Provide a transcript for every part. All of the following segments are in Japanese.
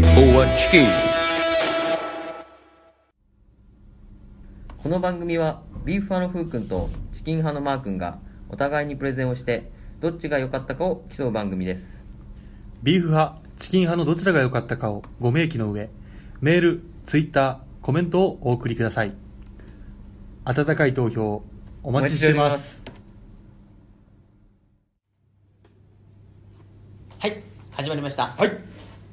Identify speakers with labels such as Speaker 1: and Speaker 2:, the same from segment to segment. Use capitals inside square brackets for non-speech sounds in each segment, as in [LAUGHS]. Speaker 1: チキン
Speaker 2: この番組はビーフ派のふうくんとチキン派のマーくんがお互いにプレゼンをしてどっちが良かったかを競う番組です
Speaker 3: ビーフ派、チキン派のどちらが良かったかをご明記の上、メール、ツイッター、コメントをお送りください。温かい投票、お待ちしています。
Speaker 4: はい始まりました、
Speaker 3: はい。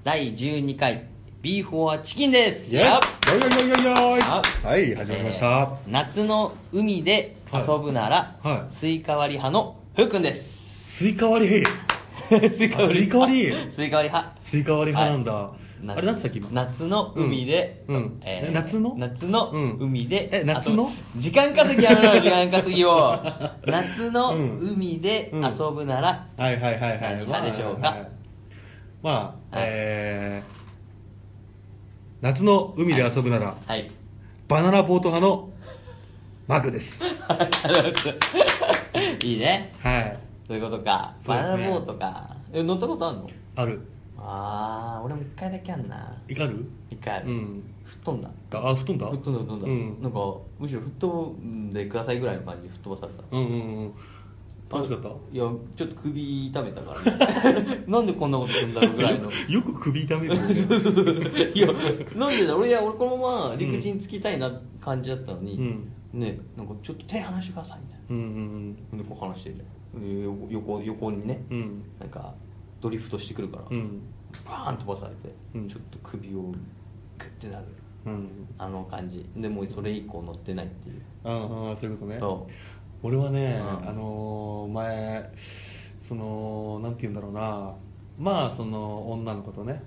Speaker 4: 第12回ビーフォアチキンです
Speaker 3: イェイ
Speaker 4: やっ
Speaker 3: よいよいよいよいよい
Speaker 4: あ
Speaker 3: はい、始まりました。
Speaker 4: えー夏の海で遊ぶなら、
Speaker 3: はいはい
Speaker 4: スイカ割り派のふうくんです
Speaker 3: スイカ割
Speaker 4: ス
Speaker 3: り、
Speaker 4: イ
Speaker 3: あ [LAUGHS] スイカ割り
Speaker 4: スイカ割り派
Speaker 3: スイカ割り派なんだ。
Speaker 4: 夏
Speaker 3: あれ、なんてさっき今
Speaker 4: 夏の海で、
Speaker 3: うんうんえ夏の
Speaker 4: 夏の
Speaker 3: うん
Speaker 4: 海で、
Speaker 3: え夏の
Speaker 4: あと時間稼ぎやめろよ時間稼ぎ
Speaker 3: [LAUGHS]
Speaker 4: を夏の
Speaker 3: うん
Speaker 4: 海で遊ぶなら、
Speaker 3: はいはいはいはい。
Speaker 4: 何派でしょうか
Speaker 3: まあはいまあ、
Speaker 4: はい
Speaker 3: えー、夏の海で遊ぶなら、
Speaker 4: はい [LAUGHS]
Speaker 3: バナナボート派のマグです。
Speaker 4: いいね
Speaker 3: はい。
Speaker 4: そういうことか、
Speaker 3: そう
Speaker 4: バ
Speaker 3: ですね
Speaker 4: ナナボートかえ乗ったことあるの
Speaker 3: ある。
Speaker 4: ああ俺も一回だけあんない
Speaker 3: かる
Speaker 4: 一回ある、
Speaker 3: うん。
Speaker 4: 吹っ飛んだ
Speaker 3: あ、あ吹っ飛んだ
Speaker 4: 吹っ飛んだ吹っ飛んだ、
Speaker 3: うん
Speaker 4: なんかむしろ吹っ飛んでくださいぐらいの感じで吹っ飛ばされた
Speaker 3: うんうんうん。楽しかった
Speaker 4: いやちょっと首痛めたからね [LAUGHS] なんでこんなことするんだろうぐらいの
Speaker 3: よく首痛めるよね。
Speaker 4: [LAUGHS] いやなんでだ俺いや俺このまま陸地につきたいな感じだったのに、ねなんかちょっと手離してくださいみたい
Speaker 3: うんうん
Speaker 4: なでこう離してるで横横横にね、
Speaker 3: うん。うん。
Speaker 4: なんかドリフトしてくるから、
Speaker 3: うん。
Speaker 4: バーン飛ばされて、
Speaker 3: うん
Speaker 4: ちょっと首をグッてなる
Speaker 3: うん。
Speaker 4: あの感じでもうそれ以降乗ってないっていう
Speaker 3: あーあー、そういうことね。
Speaker 4: と
Speaker 3: 俺はね、
Speaker 4: うん
Speaker 3: あのー前そのなんて言うんだろうなまあその女の
Speaker 4: [LAUGHS]
Speaker 3: 子とね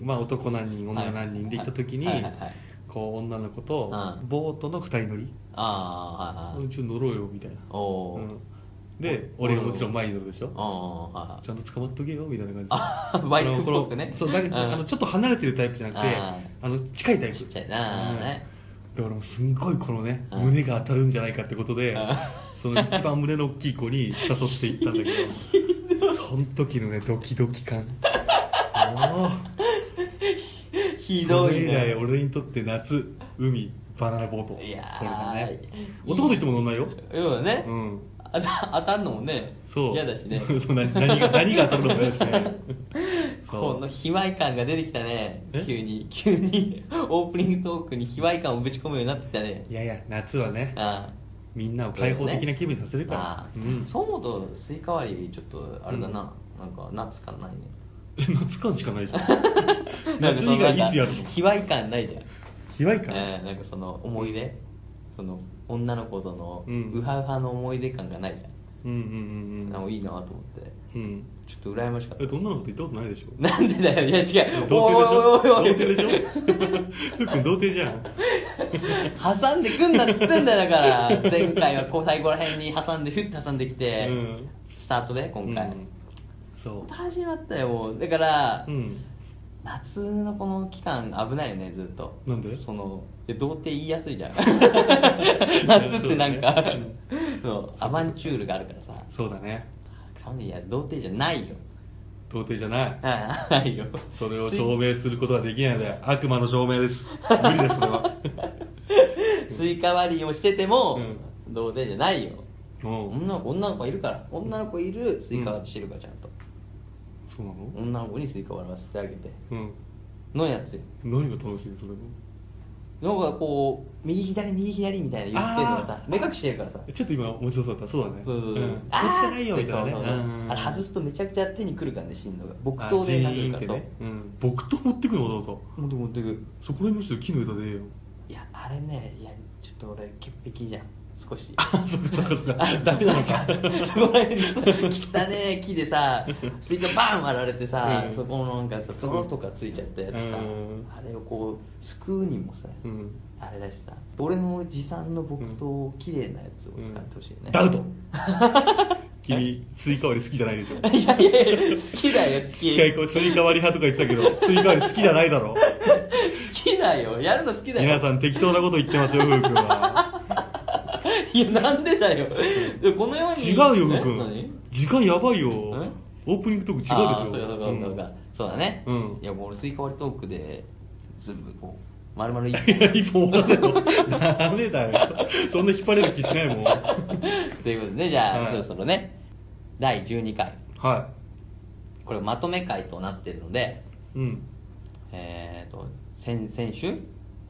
Speaker 3: まあ男何人女何人で行った時に、
Speaker 4: はいはいはいはい
Speaker 3: こう女の子と
Speaker 4: うん
Speaker 3: ボートの二人乗り、
Speaker 4: ああはいはい
Speaker 3: ちょっと乗ろうよみたいな、
Speaker 4: おお
Speaker 3: う
Speaker 4: ー、
Speaker 3: んで俺がもちろん前に乗るでしょ
Speaker 4: ああはい
Speaker 3: ちゃんと捕まっとけよみたいな感じ
Speaker 4: あバイクっぽくね
Speaker 3: あのこの [LAUGHS] そうだけ
Speaker 4: うん
Speaker 3: あのちょっと離れてるタイプじゃなくて
Speaker 4: あ
Speaker 3: あの近いタイプ
Speaker 4: ちっちゃいな
Speaker 3: うん
Speaker 4: ね
Speaker 3: で俺もすんごいこのね
Speaker 4: うん
Speaker 3: 胸が当たるんじゃないかってことで
Speaker 4: うん
Speaker 3: その一番胸の大きい子に誘っていったんだ
Speaker 4: [LAUGHS]
Speaker 3: けどその時のねドキドキ感ああ
Speaker 4: ー [LAUGHS] ひどい
Speaker 3: それ以来
Speaker 4: ね
Speaker 3: 俺にとって夏海バナナボート
Speaker 4: いやー
Speaker 3: これだね
Speaker 4: いい
Speaker 3: 男と言っても乗んないよ
Speaker 4: 要はね、
Speaker 3: うん
Speaker 4: あた当たんのもね
Speaker 3: そう
Speaker 4: 嫌だしね
Speaker 3: [LAUGHS] そう何何が何が当たるのも嫌だし
Speaker 4: [LAUGHS]
Speaker 3: ね
Speaker 4: この卑猥感が出てきたね
Speaker 3: え
Speaker 4: 急に [LAUGHS] 急にオープニングトークに卑猥感をぶち込むようになってきたね
Speaker 3: [LAUGHS] いやいや夏はね
Speaker 4: あ
Speaker 3: みんなを開放的な気分にさせる
Speaker 4: ーあ
Speaker 3: から、
Speaker 4: ー、
Speaker 3: うん、
Speaker 4: そう思うとスイカ割りちょっとあれだな、なんか夏感ないね
Speaker 3: え夏感しかないじゃ [LAUGHS] ん [LAUGHS] 夏以外いつやるの
Speaker 4: 卑猥感ないじゃん
Speaker 3: 卑猥感、
Speaker 4: えーなんかその思い出その女の子との
Speaker 3: うん
Speaker 4: ウハウハの思い出感がないじゃん、
Speaker 3: うんうんうん
Speaker 4: なんかいいなと思って
Speaker 3: うんうん
Speaker 4: ちょっと羨ましかっ
Speaker 3: え
Speaker 4: た
Speaker 3: どんなのこと言ったことないで [LAUGHS] しょ
Speaker 4: なんでだよいや違う
Speaker 3: 童
Speaker 4: おいおいおいおい
Speaker 3: 貞でしょ [LAUGHS] 童貞でしょふっくん童貞じゃん
Speaker 4: 挟んでくんなっつってんだよだから前回はこう最後ら辺に挟んでフッて挟んできて、
Speaker 3: うん
Speaker 4: スタートで今回、
Speaker 3: うんそ
Speaker 4: 始まったよもうだから、
Speaker 3: ううん
Speaker 4: 夏のこの期間危ないよねずっと
Speaker 3: なんで
Speaker 4: そのいや童貞言いやすい
Speaker 3: [LAUGHS]
Speaker 4: じゃん夏ってなんか
Speaker 3: そうね
Speaker 4: そうアバンチュールがあるからさ
Speaker 3: そうだね
Speaker 4: 彼女いや童貞じゃないよ
Speaker 3: 童貞じゃない
Speaker 4: ああないよ
Speaker 3: それを証明することはできないので悪魔の証明です無理ですそれ [LAUGHS] は
Speaker 4: スイカ割りをしてても、
Speaker 3: う
Speaker 4: 童貞じゃないよ
Speaker 3: もうん
Speaker 4: 女の子女の子いるから女の子いるスイカ割りしてるからちゃんと、
Speaker 3: そうなの
Speaker 4: 女の子にスイカ割らせてあげて
Speaker 3: うん
Speaker 4: のやつよ
Speaker 3: 何が楽しいのそれの
Speaker 4: なんかこう右左右左みたいな言ってるのがさ目隠してるからさ
Speaker 3: ちょっと今面白そうだったそうだね
Speaker 4: そうそうそう
Speaker 3: うん
Speaker 4: あー
Speaker 3: そっちじゃないよみたいなね
Speaker 4: そうそうそう
Speaker 3: うん
Speaker 4: あれ外すとめちゃくちゃ手にくるからね振動が木刀で
Speaker 3: あジー
Speaker 4: 殴
Speaker 3: ン
Speaker 4: る
Speaker 3: って
Speaker 4: から
Speaker 3: ねうん木刀持ってくるのわざわ
Speaker 4: そう持ってく持ってく
Speaker 3: ざそこら辺むしろ木の枝で
Speaker 4: [LAUGHS]
Speaker 3: ええよ
Speaker 4: いやあれねいやちょっと俺潔癖じゃん少し
Speaker 3: あそっかそっかそっかダメなのか
Speaker 4: そこら辺にさ汚ねえ木でさスイカバーン割られてさ、
Speaker 3: うん
Speaker 4: そこのなんかさ泥とかついちゃったやつさ、
Speaker 3: うん
Speaker 4: あれをこうすくうにもさ、
Speaker 3: うん
Speaker 4: あれだしさ俺の持参の木刀を綺麗なやつを使ってほしいね、
Speaker 3: ダウト君スイカ割り好きじゃないでしょ
Speaker 4: [LAUGHS] いやいやいや好きだよ好
Speaker 3: ス
Speaker 4: き
Speaker 3: イカスイカ割り派とか言ってたけどスイカ割り好きじゃない
Speaker 4: [LAUGHS]
Speaker 3: だろ
Speaker 4: 好きだよやるの好きだよ
Speaker 3: 皆さん適当なこと言ってますよふうく
Speaker 4: [LAUGHS]
Speaker 3: んはい
Speaker 4: やなんでだよこのように
Speaker 3: 違うよふうく
Speaker 4: え何
Speaker 3: ん時間やばいよ
Speaker 4: え
Speaker 3: オープニングトーク違うでし
Speaker 4: あーそうかそうかそうか
Speaker 3: ょ
Speaker 4: そうだね、
Speaker 3: うん
Speaker 4: いやもう俺スイカ割りトークで全部こう丸
Speaker 3: [LAUGHS]
Speaker 4: 々一
Speaker 3: いや
Speaker 4: 本
Speaker 3: 一本終わらせろダメだよそんな引っ張れる気しないもん
Speaker 4: ということでねじゃあ、
Speaker 3: はい
Speaker 4: そろそろね第12回
Speaker 3: は
Speaker 4: これまとめ回となってるので
Speaker 3: いうん
Speaker 4: えっ、と先先週、
Speaker 3: はい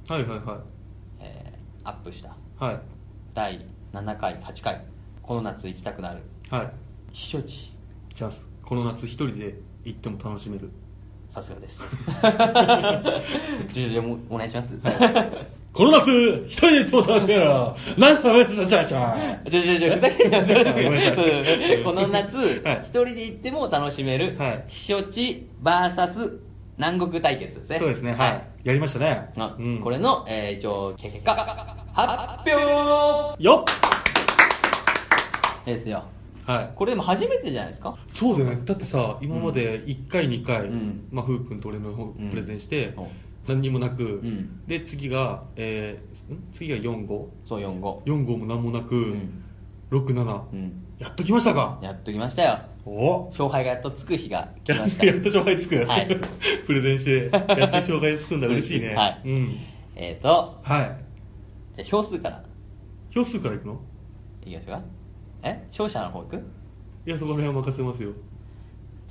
Speaker 3: はいは
Speaker 4: えーアップした
Speaker 3: いはい
Speaker 4: 第7回8回この夏行きたくなる
Speaker 3: はい
Speaker 4: 避暑地
Speaker 3: じゃあこの夏一人で行っても楽しめる
Speaker 4: さすがです
Speaker 3: [LAUGHS]
Speaker 4: [LAUGHS] じゃあじゃあもうお願いします
Speaker 3: この夏一人で行っても楽しめる何の話じゃじゃん
Speaker 4: ちょちょちょふざけんなってですよ
Speaker 3: ごめんなさい
Speaker 4: そうこの夏、
Speaker 3: はい
Speaker 4: 一人で行っても楽しめる、
Speaker 3: はい
Speaker 4: 避暑地 VS 南国対決ですね
Speaker 3: そうですねはい、やりましたね
Speaker 4: あ
Speaker 3: うん、
Speaker 4: これの、えー、一応結果発表
Speaker 3: よ
Speaker 4: ですよ
Speaker 3: っはい
Speaker 4: これでも初めてじゃないですか
Speaker 3: そうだよねだってさ今まで1回2回、
Speaker 4: うん
Speaker 3: まあ、ふうくんと俺の方
Speaker 4: ん
Speaker 3: プレゼンして、
Speaker 4: そう
Speaker 3: 何にもなく、
Speaker 4: ん
Speaker 3: で次が、えーん次が4号
Speaker 4: そう4号
Speaker 3: 4号も何もなく、
Speaker 4: ん
Speaker 3: 67
Speaker 4: うん
Speaker 3: やっときましたか
Speaker 4: やっときましたよ
Speaker 3: お
Speaker 4: 勝敗がやっとつく日が来
Speaker 3: や
Speaker 4: ま
Speaker 3: っ
Speaker 4: し
Speaker 3: [LAUGHS] とや
Speaker 4: た
Speaker 3: っと勝敗つく、
Speaker 4: はい
Speaker 3: [LAUGHS] プレゼンしてやっと勝敗つくんだ嬉しいね
Speaker 4: はい
Speaker 3: うん
Speaker 4: えっ、ー、と
Speaker 3: はい
Speaker 4: じゃあ票数から
Speaker 3: 票数からいくの
Speaker 4: いきましょうかえ勝者の方いく
Speaker 3: いやそこら辺は任せますよ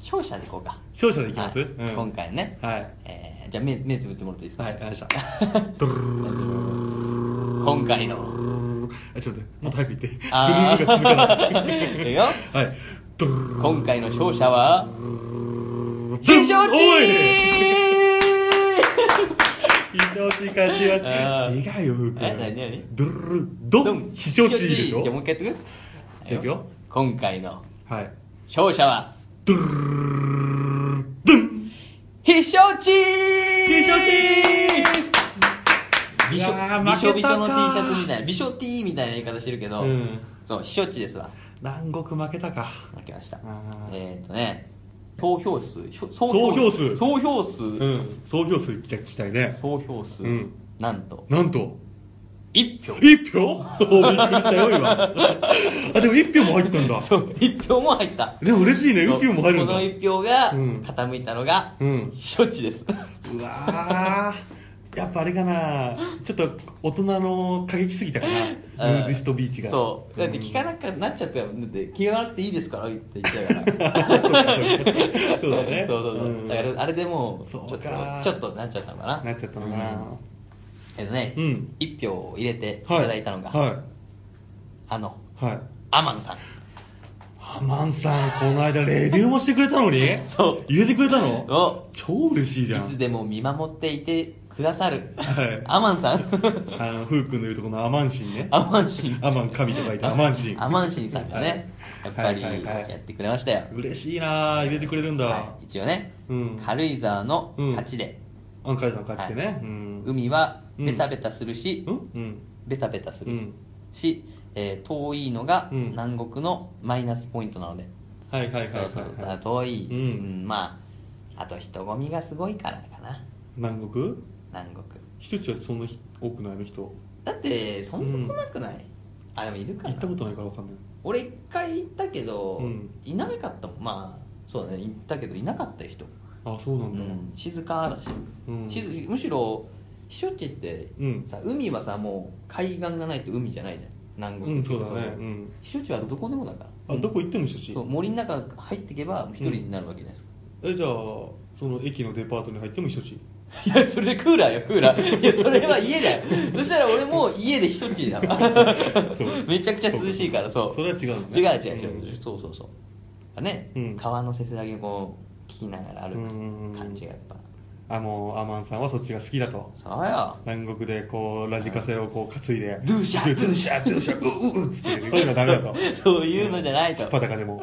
Speaker 4: 勝者でいこうか
Speaker 3: 勝者でいきます、
Speaker 4: はい
Speaker 3: うん
Speaker 4: 今回ね、
Speaker 3: はい
Speaker 4: えーじゃあ目目つぶってもらっていいですか、
Speaker 3: はいありました
Speaker 4: [LAUGHS]
Speaker 3: ドゥルルルルルルル
Speaker 4: 今回の
Speaker 3: あちょっと待ってもっと早く言ってド
Speaker 4: あー
Speaker 3: ゥルルルルが続かない
Speaker 4: いくよ
Speaker 3: はいドゥルルルルル
Speaker 4: 今回の勝者は非常
Speaker 3: お
Speaker 4: 地
Speaker 3: 非常地勝ち
Speaker 4: あ
Speaker 3: ました違うよふうくん
Speaker 4: え何何
Speaker 3: ドゥルルルドン非常地でしょ
Speaker 4: じゃあもう一回やってく
Speaker 3: じゃあいくよ
Speaker 4: 今回の
Speaker 3: はい
Speaker 4: 勝者は
Speaker 3: ドゥルルルルルルドン
Speaker 4: 非常地
Speaker 3: 非常地
Speaker 4: びしょ
Speaker 3: いやー
Speaker 4: びしょ
Speaker 3: 負
Speaker 4: び
Speaker 3: け
Speaker 4: しょ
Speaker 3: た
Speaker 4: の T シ
Speaker 3: か
Speaker 4: ャツみたいなびしょ T みたいな言い方してるけど、
Speaker 3: うん
Speaker 4: そう避暑地ですわ
Speaker 3: 南国負けたか
Speaker 4: 負けました
Speaker 3: あー
Speaker 4: えっ、ー、とね投票数しょ総
Speaker 3: 総票数
Speaker 4: 総票数、
Speaker 3: うん総票数じゃあ聞きたいね
Speaker 4: 総票数、
Speaker 3: うん
Speaker 4: なんと
Speaker 3: なんと
Speaker 4: 1票
Speaker 3: [LAUGHS] 1票おびっくりしたよ今あでも1票も入ったんだ
Speaker 4: そう1票も入った
Speaker 3: でも嬉しいね1票も入るん
Speaker 4: こ
Speaker 3: だ
Speaker 4: の1票が
Speaker 3: うん
Speaker 4: 傾いたのが
Speaker 3: うん
Speaker 4: 避暑地です
Speaker 3: うわーやっぱあれかなちょっと大人の過激すぎたかなヌーディストビーチが
Speaker 4: そうだって聞か
Speaker 3: い
Speaker 4: なくなっちゃったよだって聞かなくていいですからって言ったから
Speaker 3: そうかそうだ
Speaker 4: [LAUGHS]
Speaker 3: ね
Speaker 4: そうそうそう、
Speaker 3: うん
Speaker 4: だからあれでもうち
Speaker 3: そ
Speaker 4: ょっ
Speaker 3: う
Speaker 4: と
Speaker 3: か
Speaker 4: ちょっとなっちゃったのかな
Speaker 3: なっちゃったのかな
Speaker 4: けどね、
Speaker 3: うん
Speaker 4: 一1票を入れてい
Speaker 3: は
Speaker 4: ただいたのが、
Speaker 3: は
Speaker 4: あの
Speaker 3: いはい
Speaker 4: アマンさん
Speaker 3: ハマンさんこの間レビューもしてくれたのに
Speaker 4: [LAUGHS] そう
Speaker 3: 入れてくれたの
Speaker 4: を
Speaker 3: 超嬉しいじゃ
Speaker 4: いつ
Speaker 3: ん
Speaker 4: でも見守っていてくださる、
Speaker 3: はい
Speaker 4: アマンさ
Speaker 3: [LAUGHS]
Speaker 4: ん
Speaker 3: あのふうくんの言うとこのアマンシンね
Speaker 4: アマンシン
Speaker 3: アマン神と書いてアマンシン
Speaker 4: アマンシンさんがね、
Speaker 3: はい
Speaker 4: やっぱり
Speaker 3: はいはいはい
Speaker 4: やってくれましたよ、
Speaker 3: 嬉しいなあ入れてくれるんだ、
Speaker 4: はい一応ね、
Speaker 3: うん
Speaker 4: 軽井沢の勝ちで、
Speaker 3: アンカレさん勝ちてね、うん
Speaker 4: 海は
Speaker 3: うん
Speaker 4: ベタベタするし、
Speaker 3: うんうん
Speaker 4: ベタベタす
Speaker 3: う
Speaker 4: る、
Speaker 3: ん
Speaker 4: し、えー遠いのが
Speaker 3: うん
Speaker 4: 南国のマイナスポイントなので、
Speaker 3: はいはいはいは
Speaker 4: そうそう
Speaker 3: い、
Speaker 4: だか
Speaker 3: は
Speaker 4: ら
Speaker 3: い、
Speaker 4: 遠い、
Speaker 3: うん
Speaker 4: うんまああと人混みがすごいからかな
Speaker 3: 南国
Speaker 4: 南国
Speaker 3: 一つはそんなひ多くないの人
Speaker 4: だってそんな来なくない、あでもいるか
Speaker 3: 行
Speaker 4: な
Speaker 3: ったことないから分かんない
Speaker 4: 俺一回行ったけど、
Speaker 3: うん
Speaker 4: いなかったもんまあそうだね行ったけどいなかったよ人、
Speaker 3: あそうなんだ、
Speaker 4: うん静かだし、
Speaker 3: うん
Speaker 4: 静むしろ避暑地って
Speaker 3: うん
Speaker 4: さ海はさもう海岸がないと海じゃないじゃん南
Speaker 3: う
Speaker 4: 国
Speaker 3: んそうだね
Speaker 4: そう
Speaker 3: うん
Speaker 4: 避暑地はどこでもだから
Speaker 3: あどこ行っても一緒し
Speaker 4: そう森の中入っていけば一人になるわけじゃないですか、
Speaker 3: えじゃあその駅のデパートに入っても一緒し
Speaker 4: いや、それクーラーよ、クーラ
Speaker 3: [LAUGHS]
Speaker 4: ー。いや、それは家だよ。そしたら俺もう家で一人だわ。
Speaker 3: そう
Speaker 4: めちゃくちゃ涼しいから、そう。
Speaker 3: それは違うのね
Speaker 4: 違う違う違う。
Speaker 3: うん
Speaker 4: そうそうそう。ね、
Speaker 3: うん
Speaker 4: 川のせせらぎをこう、聞きながら歩
Speaker 3: うんうんうん
Speaker 4: く感じがやっぱ。
Speaker 3: あもうアマンさんはそっちが好きだと
Speaker 4: そうよ。
Speaker 3: 南国でこうラジカセをこう担いで
Speaker 4: ドゥーシャ
Speaker 3: ドゥーシャドゥーシャうううっつってそういうのはダメだと
Speaker 4: そういうのじゃないと。
Speaker 3: すっぱだかでも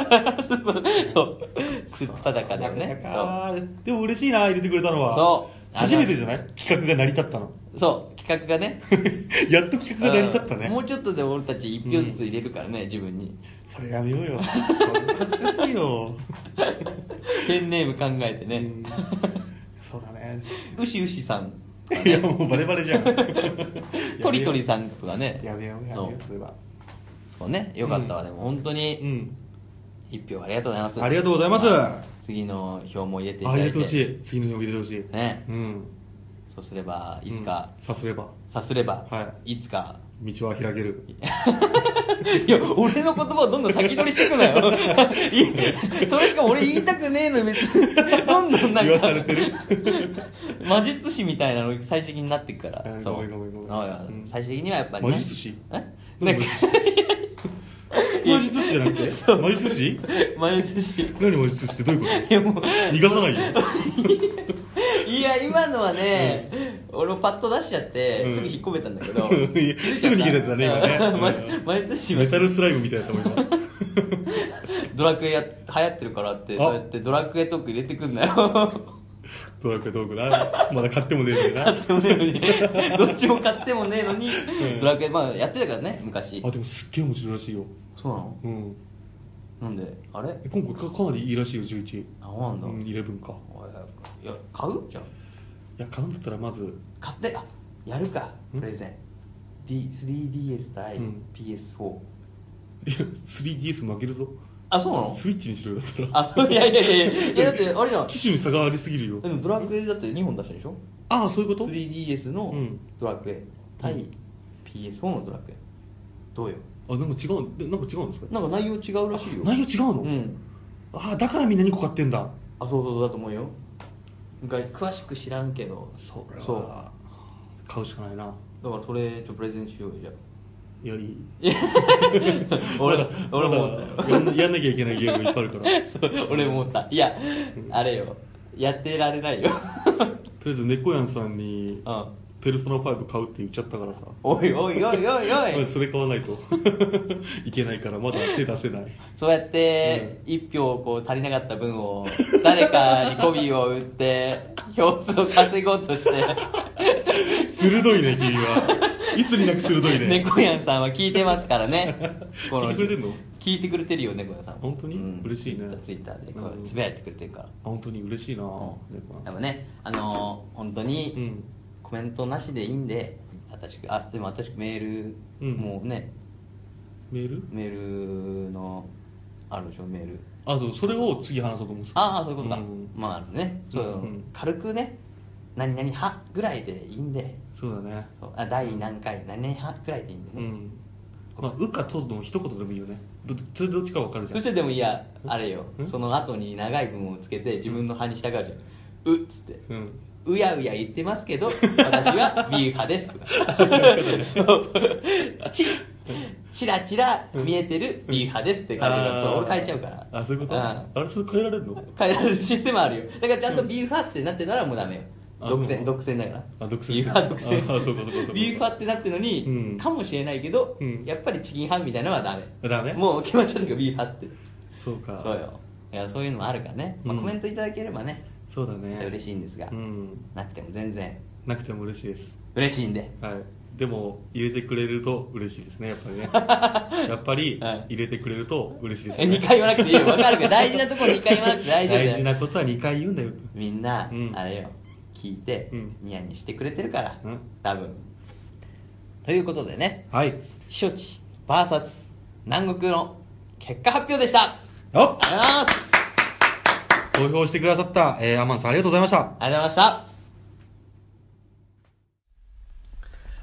Speaker 4: そう。すっぱだかだよね。
Speaker 3: あーでも嬉しいな入れてくれたのは
Speaker 4: そう
Speaker 3: 初めてじゃない企画が成り立ったの
Speaker 4: そ
Speaker 3: [LAUGHS]
Speaker 4: う。そう、企画がね。
Speaker 3: やっと企画が成り立った
Speaker 4: うんもう
Speaker 3: ね
Speaker 4: ちょっとで俺たち一票ずつ入れるからね、自分に。
Speaker 3: それやめようよそれ恥ずかしいよ
Speaker 4: ペンネーム考えて
Speaker 3: う
Speaker 4: ね。
Speaker 3: んそうだね
Speaker 4: うしうしさん。
Speaker 3: いやもうバレバレじゃん
Speaker 4: トリトリさんとかね。
Speaker 3: やめようやめようやめようそれは
Speaker 4: そうね、よかったわ、でも本当
Speaker 3: う
Speaker 4: に
Speaker 3: ん
Speaker 4: 一票ありがとうございます。
Speaker 3: ありがとうございます
Speaker 4: は次の表も入れてい
Speaker 3: あ
Speaker 4: ただい
Speaker 3: 入
Speaker 4: て
Speaker 3: れてほしい次の表入れてほしい
Speaker 4: ね
Speaker 3: うん
Speaker 4: そうすればいつか、
Speaker 3: うんさすれば
Speaker 4: さすれば、、
Speaker 3: はい
Speaker 4: つか
Speaker 3: 道は開ける
Speaker 4: いや俺の言葉をどんどん先取りしてくな
Speaker 3: [LAUGHS]
Speaker 4: よいそれしか俺言いたくねえのに別にどんどんなんか
Speaker 3: 言わされてる
Speaker 4: 魔術師みたいなの最終的になってくから、
Speaker 3: うん
Speaker 4: そう
Speaker 3: ごめんごめんごめん
Speaker 4: あいや
Speaker 3: うん
Speaker 4: 最終的にはやっぱり、ね、
Speaker 3: 魔術師
Speaker 4: えな
Speaker 3: 何
Speaker 4: んか
Speaker 3: 魔術師じゃなく
Speaker 4: [LAUGHS]
Speaker 3: て
Speaker 4: そう
Speaker 3: 魔術師
Speaker 4: 魔術師い
Speaker 3: 何魔術師ってどういうこと
Speaker 4: やもう
Speaker 3: 逃がさないよ
Speaker 4: いや今のはね、俺もパッと出しちゃって、
Speaker 3: うん
Speaker 4: すぐ引っ込めたんだけど
Speaker 3: うん [LAUGHS] いやすぐ逃げてたね今ね
Speaker 4: ね [LAUGHS] 魔術師は
Speaker 3: メタルスライムみたいだったもん今
Speaker 4: ドラクエや流行ってるからって
Speaker 3: あ
Speaker 4: そうやってドラクエトーク入れてくんなよ
Speaker 3: ドラクエトークなまだ買ってもねえんだよな
Speaker 4: 買ってもねえの [LAUGHS] にどっちも買ってもねえのに、
Speaker 3: ん
Speaker 4: ドラクエまあやってたからね昔
Speaker 3: あでもすっげえ面白いらしいよ
Speaker 4: そうなの
Speaker 3: うん
Speaker 4: なんであれ
Speaker 3: え今回かかなりいいらしいよ11
Speaker 4: あそうなんだ、
Speaker 3: うん11か
Speaker 4: おいいや買うじゃん
Speaker 3: いや買うんだったらまず
Speaker 4: 買ってあやるか
Speaker 3: ん
Speaker 4: プレゼン D 3DS 対
Speaker 3: うん
Speaker 4: PS4、
Speaker 3: いや 3DS 負けるぞ
Speaker 4: あそうなの
Speaker 3: スイッチにしろよだったら
Speaker 4: あそういやいやいやいやいやだってあれじゃん
Speaker 3: 機種に差がありすぎるよ
Speaker 4: でもドラクエだって2本出したでしょ
Speaker 3: ああそういうこと
Speaker 4: 3DS の
Speaker 3: うん
Speaker 4: ドラクエ
Speaker 3: う
Speaker 4: 対
Speaker 3: ん
Speaker 4: PS4 のドラクエどうよ
Speaker 3: あなんか違うんでなんか違うのそれ
Speaker 4: なんか内容違うらしいよ
Speaker 3: 内容違うの、
Speaker 4: うん
Speaker 3: ああだからみんな2個買ってんだ
Speaker 4: あそうそうそうだと思うよが詳しく知らんけど
Speaker 3: それ
Speaker 4: そう
Speaker 3: は買うしかないな
Speaker 4: だからそれちょっとプレゼンしようよじゃあ
Speaker 3: より
Speaker 4: 俺
Speaker 3: [LAUGHS] まだ
Speaker 4: 俺も思
Speaker 3: ま
Speaker 4: った
Speaker 3: だ
Speaker 4: よ
Speaker 3: やんやんなきゃいけないゲームいっぱいあるからとり
Speaker 4: [LAUGHS] そう俺も思ったいやあれよやってられないよ
Speaker 3: あえず猫やんさんに
Speaker 4: うん
Speaker 3: 「ペルソナ5買う」って言っちゃったからさ
Speaker 4: おいおいおいおいお
Speaker 3: まあ
Speaker 4: い
Speaker 3: それ買わないと [LAUGHS] いけないからまだ手出せない
Speaker 4: そうやって一票こう足りなかった分を誰かに媚びを売って票数を稼ごうとして
Speaker 3: 鋭いね君はいつになく鋭いね
Speaker 4: 猫やんさんは聞いてますからね
Speaker 3: 聞いてくれてんの
Speaker 4: 聞いてくれてるよ猫やんさん
Speaker 3: 本当に嬉しいね
Speaker 4: ツイッターでこ
Speaker 3: うん
Speaker 4: うつぶやいてくれてるから
Speaker 3: あ本当に嬉しいな、猫
Speaker 4: うん
Speaker 3: やん
Speaker 4: で
Speaker 3: さん
Speaker 4: もねあのー本当
Speaker 3: う
Speaker 4: に
Speaker 3: ん
Speaker 4: コメントなしでいいんで新しくあでも新しくメール
Speaker 3: うん
Speaker 4: もうね
Speaker 3: メール
Speaker 4: メールのあるでしょメール
Speaker 3: あそうそれを次話そうと思うんですよ
Speaker 4: ああそういうことか、
Speaker 3: ん
Speaker 4: まああるねそう、
Speaker 3: うん
Speaker 4: 軽くね何々派ぐらいでいいんで
Speaker 3: そうだね
Speaker 4: そうあ第何回何々派ぐらいでいいんで
Speaker 3: う
Speaker 4: ね、
Speaker 3: んまあ「う」か「と」の一言でもいいよねどそれどっちか分かるじゃ
Speaker 4: そ
Speaker 3: ん
Speaker 4: してでもいやあれよ
Speaker 3: ん
Speaker 4: その後に長い文をつけて自分の派に従うじゃん「う」っつって
Speaker 3: うん
Speaker 4: 「うやうや言ってますけど私は B 派です」とか「そうちちらちら見えてる B 派です」って書いてるから
Speaker 3: あー
Speaker 4: そう俺変えちゃうから
Speaker 3: あそういうこと
Speaker 4: ん
Speaker 3: あれそれ変えられるの
Speaker 4: 変えられるシステムあるよだからちゃんとビーフ派ってなってたらもうダメよ
Speaker 3: あ
Speaker 4: 独
Speaker 3: そ
Speaker 4: 占
Speaker 3: うなの
Speaker 4: 独占だから
Speaker 3: あ独占
Speaker 4: ビーフ派独占
Speaker 3: あそうかそうかそうか
Speaker 4: ビーフ派ってなってるのに、
Speaker 3: うん
Speaker 4: かもしれないけど、
Speaker 3: うん
Speaker 4: やっぱりチキン派みたいなのはダメ
Speaker 3: ダメ
Speaker 4: もう決まっちゃったからビーフ派って
Speaker 3: そうか
Speaker 4: そうよいやそういうのもあるからね、まあ
Speaker 3: うん
Speaker 4: コメントいただければね
Speaker 3: そうだね
Speaker 4: 嬉しいんですが、
Speaker 3: うん
Speaker 4: なくても全然
Speaker 3: なくても嬉しいです
Speaker 4: 嬉しいんで
Speaker 3: はいでも入れてくれると嬉しいですねやっぱ
Speaker 4: [LAUGHS]
Speaker 3: りねやっぱり
Speaker 4: はい
Speaker 3: 入れてくれると嬉しいです
Speaker 4: え
Speaker 3: ね
Speaker 4: 2回言わなくていいよ分かる
Speaker 3: [LAUGHS]
Speaker 4: から大事なところ2回言わなくて大丈夫だよ
Speaker 3: 大事なことは2回言うんだよ
Speaker 4: みんな、
Speaker 3: うん
Speaker 4: あれよ聞いて、
Speaker 3: うん
Speaker 4: ニヤニヤしてくれてるから、
Speaker 3: うん
Speaker 4: 多分ということでね
Speaker 3: はい
Speaker 4: 避暑地 VS 南国の結果発表でした
Speaker 3: よっ
Speaker 4: ありがとうございます
Speaker 3: 投票してくださった、えーアマンさんありがとうございました
Speaker 4: ありがとうございました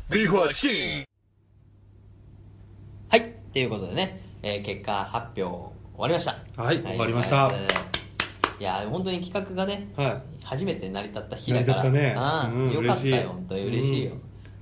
Speaker 1: 比火器。
Speaker 4: はいということでね、えー結果発表終わりました
Speaker 3: はい終わりました
Speaker 4: はいいやー本当に企画がね、
Speaker 3: は
Speaker 4: 初めて成り立った日だから
Speaker 3: 成り立ったね
Speaker 4: あー
Speaker 3: うん
Speaker 4: よかった
Speaker 3: 嬉しい
Speaker 4: よ本当に嬉しいよ、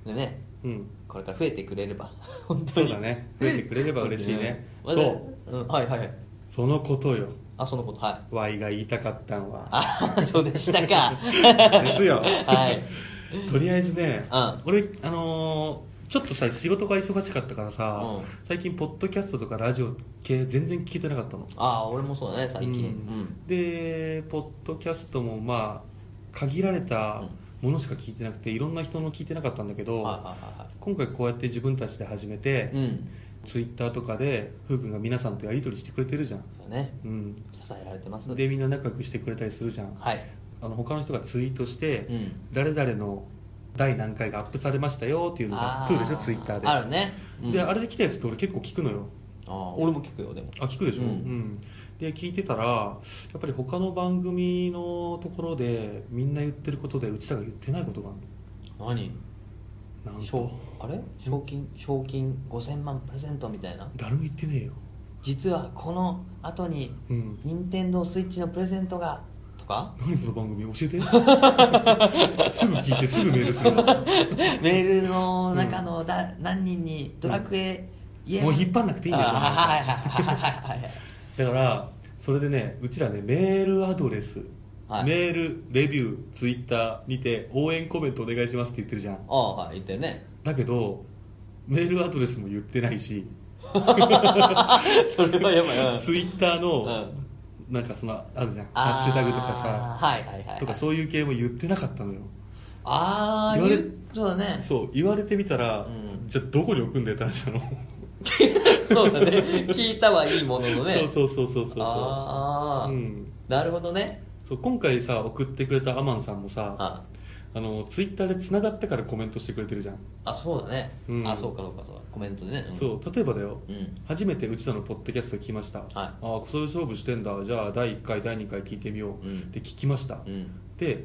Speaker 4: でね
Speaker 3: いうん
Speaker 4: これから増えてくれれ
Speaker 3: [LAUGHS]
Speaker 4: ば本当
Speaker 3: そう
Speaker 4: に
Speaker 3: だね増えてくれれば嬉し
Speaker 4: [LAUGHS]
Speaker 3: いね
Speaker 4: うん
Speaker 3: そう、
Speaker 4: うん、はいはいはい
Speaker 3: そのことよ
Speaker 4: あそのことはい
Speaker 3: Y が言いたかった
Speaker 4: [LAUGHS]
Speaker 3: んは
Speaker 4: あそうでしたか
Speaker 3: ですよ
Speaker 4: はい
Speaker 3: [LAUGHS] とりあえずね、
Speaker 4: うん
Speaker 3: 俺あのーちょっとさ仕事が忙しかったからさ、
Speaker 4: うん
Speaker 3: 最近ポッドキャストとかラジオ系全然聞けてなかったの
Speaker 4: ああ俺もそうだね最近、
Speaker 3: う
Speaker 4: うんん
Speaker 3: でポッドキャストもまあ限られたものしか聞いてなくていろんな人の聞いてなかったんだけ
Speaker 4: はい
Speaker 3: ど、
Speaker 4: はいは
Speaker 3: 今回こうやって自分たちで始めて、
Speaker 4: いはいうん
Speaker 3: ツイッターとかでふうくんが皆さんとやり取りしてくれてるじゃん、
Speaker 4: そうね
Speaker 3: うん、
Speaker 4: 支えられてます
Speaker 3: でみんな仲良くしてくれたりするじゃん
Speaker 4: はい
Speaker 3: あの他の人がツイートして、
Speaker 4: うん
Speaker 3: 誰々の第何回がアップされましたよっていうのが来るでしょ
Speaker 4: あー
Speaker 3: ツイッターで
Speaker 4: あるね、うん
Speaker 3: であれで来たやつって俺結構聞くのよ
Speaker 4: あー俺も聞くよでも
Speaker 3: あ聞くでしょ、う
Speaker 4: うんん
Speaker 3: で聞いてたらやっぱり他の番組のところでみんな言ってることでうちらが言ってないことがあ
Speaker 4: 何
Speaker 3: るのなん
Speaker 4: 賞
Speaker 3: と
Speaker 4: あれ賞金賞金5000万プレゼントみたいな
Speaker 3: 誰も言ってねえよ
Speaker 4: 実はこの後に
Speaker 3: うん
Speaker 4: 任天堂スイッチのプレゼントがとか
Speaker 3: 何その番組教えて [LAUGHS] すぐ聞いてすぐメールする [LAUGHS]
Speaker 4: メールの中のだ、何人にドラクエ、イエーイ
Speaker 3: もう引っ張んなくていいんだよ
Speaker 4: あ
Speaker 3: そんなの
Speaker 4: はいはいはいはい
Speaker 3: [LAUGHS]
Speaker 4: はい
Speaker 3: だからそれでねうちらねメールアドレス、
Speaker 4: はい
Speaker 3: メールレビューツイッターにて応援コメントお願いしますって言ってるじゃん
Speaker 4: ああはい言ってる
Speaker 3: [LAUGHS]
Speaker 4: ね
Speaker 3: だけどメールアドレスも言ってないし
Speaker 4: それはやばいうん
Speaker 3: ツイッターの、
Speaker 4: うん
Speaker 3: なんかそのあるじゃん
Speaker 4: あー
Speaker 3: ハッシュタグとかさ
Speaker 4: はいはいはいはい
Speaker 3: とかそういう系も言ってなかったのよ
Speaker 4: ああ
Speaker 3: 言われ
Speaker 4: そうだね
Speaker 3: そう言われてみたら、
Speaker 4: うん
Speaker 3: じゃあどこに置くんだよって話なの、
Speaker 4: そうだね聞いたはいいもののね
Speaker 3: そうそうそうそうそうそ
Speaker 4: ああ、
Speaker 3: う、うん、
Speaker 4: なるほどね
Speaker 3: そう今回さ送ってくれたアマンさんもさあ
Speaker 4: あ
Speaker 3: のツイッターでつながってからコメントしてくれてるじゃん、
Speaker 4: あそうだね、
Speaker 3: うん
Speaker 4: あそうかそうかそうかコメントでね、ん
Speaker 3: そう例えばだよ
Speaker 4: うん
Speaker 3: 初めてうちらのポッドキャスト聞きました、ああそういう勝負してんだじゃあ第1回第2回聞いてみよう、
Speaker 4: うん
Speaker 3: で聞きました、
Speaker 4: うん
Speaker 3: で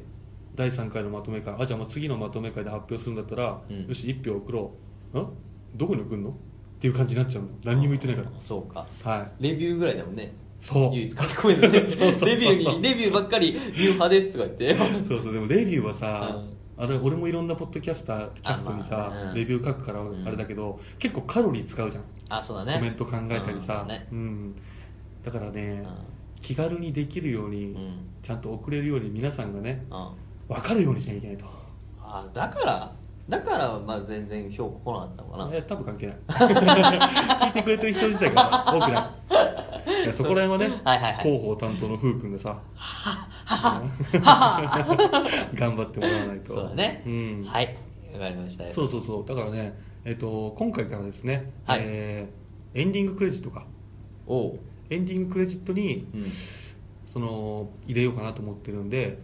Speaker 3: 第3回のまとめ会あじゃあもう次のまとめ会で発表するんだったら、
Speaker 4: うん
Speaker 3: よし1票送ろうんどこに送るのっていう感じになっちゃうの何にも言ってないか
Speaker 4: そうから
Speaker 3: はい
Speaker 4: レビューぐらいだもんね
Speaker 3: そう
Speaker 4: 唯一書き込めるね
Speaker 3: [LAUGHS] そうそうそうそう
Speaker 4: レビューにレビューばっかり「ビュー派です」とか言
Speaker 3: [LAUGHS]
Speaker 4: って
Speaker 3: そうそうでもレビューはさ、あれ俺もいろんなポッドキャスターキャストにさ、
Speaker 4: あまあうん
Speaker 3: レビュー書くから
Speaker 4: ん
Speaker 3: あれだけど、結構カロリー使うじゃん、
Speaker 4: あそうだね
Speaker 3: コメント考えたりさ、
Speaker 4: うんね
Speaker 3: うん、だからね、
Speaker 4: うん
Speaker 3: 気軽にできるように、
Speaker 4: うん
Speaker 3: ちゃんと送れるように皆さんがね
Speaker 4: うん
Speaker 3: 分かるようにしなきゃいけないと
Speaker 4: あだからだからまあ全然評価来なかったのかない
Speaker 3: や多分関係ない聞いてくれてる人自体が多くないいやそこら辺はね、
Speaker 4: はいはいはい
Speaker 3: 広報担当のふうくんがさ頑張ってもらわないと
Speaker 4: そうだね、
Speaker 3: うん
Speaker 4: はいわかりました
Speaker 3: そううそうそうだからね、えっと今回からですね、
Speaker 4: はい
Speaker 3: えーエンディングクレジットか
Speaker 4: おう、
Speaker 3: エンディングクレジットに
Speaker 4: うん、
Speaker 3: その入れようかなと思ってるんで、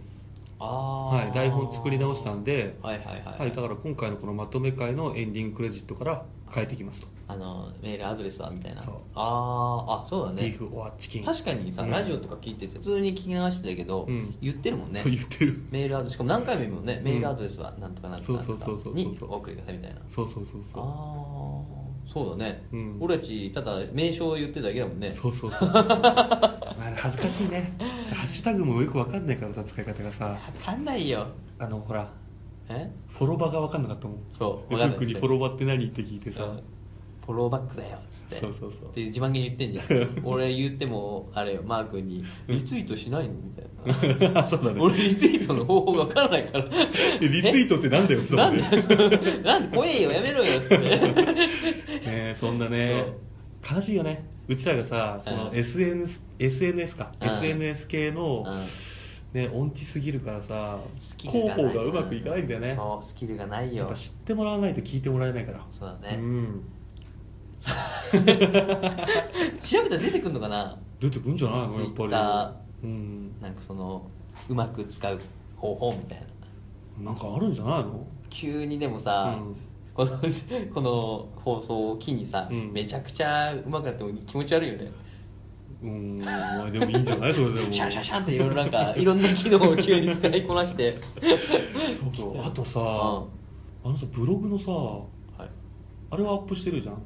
Speaker 4: ああ
Speaker 3: はい、台本作り直したんで、
Speaker 4: はいはいはい、
Speaker 3: はい、だから今回のこのまとめ会のエンディングクレジットから変えていきますと、
Speaker 4: あのメールアドレスはみたいな
Speaker 3: そう
Speaker 4: あーあそうだ
Speaker 3: ビ
Speaker 4: ね
Speaker 3: ーフ・オア・チキン
Speaker 4: 確かにさ、
Speaker 3: うん
Speaker 4: ラジオとか聞いてて普通に聞き流してたけど、
Speaker 3: うん
Speaker 4: 言ってるもんね
Speaker 3: そう言ってる
Speaker 4: メールアドレスしかも何回も言うもんね、
Speaker 3: ん
Speaker 4: メールアドレスはなんとかなんとかなんとか
Speaker 3: そうそうそうそうそう
Speaker 4: にお送りくださいみたいな
Speaker 3: そうそうそう
Speaker 4: あ
Speaker 3: そ
Speaker 4: あそうだね、
Speaker 3: うん
Speaker 4: 俺たちただ名称を言ってるだけだもん
Speaker 3: う
Speaker 4: ね
Speaker 3: そうそ
Speaker 4: [LAUGHS]
Speaker 3: うそうまあ恥ずかしいねハッシュタグもよくわかんないからさ使い方がさ
Speaker 4: わかんないよ
Speaker 3: あのほら
Speaker 4: え
Speaker 3: フォロバがわかんなかったもん
Speaker 4: そう
Speaker 3: で
Speaker 4: わかんな
Speaker 3: ふう
Speaker 4: い
Speaker 3: くんにフォロバって何って聞いてさ、
Speaker 4: うんフォローバックだよっつって
Speaker 3: そうそうそう
Speaker 4: で自慢げに言って
Speaker 3: [LAUGHS]
Speaker 4: んじゃん俺言ってもあれよマー君に「リツイートしないの?」みたいな
Speaker 3: そうだね
Speaker 4: 俺リツイートの方法が分からないから
Speaker 3: えリツイートってなんだよそ
Speaker 4: な
Speaker 3: れ
Speaker 4: ん
Speaker 3: ね
Speaker 4: だよなんで怖えよやめろよっつって
Speaker 3: [LAUGHS] ねそんなね悲しいよねうちらがさその
Speaker 4: うん
Speaker 3: SNS,、SNS か、
Speaker 4: うん
Speaker 3: SNS 系の、
Speaker 4: うん
Speaker 3: ね音痴すぎるからさ
Speaker 4: スキル
Speaker 3: 広
Speaker 4: ない
Speaker 3: 報がうまくいかないんだよね
Speaker 4: そうスキルがない
Speaker 3: や
Speaker 4: よ
Speaker 3: っぱ知ってもらわないと聞いてもらえないから
Speaker 4: そうだね
Speaker 3: うん
Speaker 4: 調べたら出てくんのかな
Speaker 3: 出てくんじゃないのやっ
Speaker 4: ツイッター
Speaker 3: ぱりうん
Speaker 4: なんかそのうまく使う方法みたいな
Speaker 3: なんかあるんじゃないの
Speaker 4: 急にでもさ、
Speaker 3: うん
Speaker 4: この [LAUGHS] この放送を機にさ、
Speaker 3: うん
Speaker 4: めちゃくちゃうまくなっても気持ち悪いよね
Speaker 3: うんまあでもいいんじゃないそれで
Speaker 4: [LAUGHS]
Speaker 3: も
Speaker 4: シャンシャンシャンっていろいろなん [LAUGHS] かいろんな機能を急に使いこなして
Speaker 3: そうそう [LAUGHS] あとさ、
Speaker 4: うんは
Speaker 3: あのさブログのさ
Speaker 4: い
Speaker 3: あれはアップしてるじゃん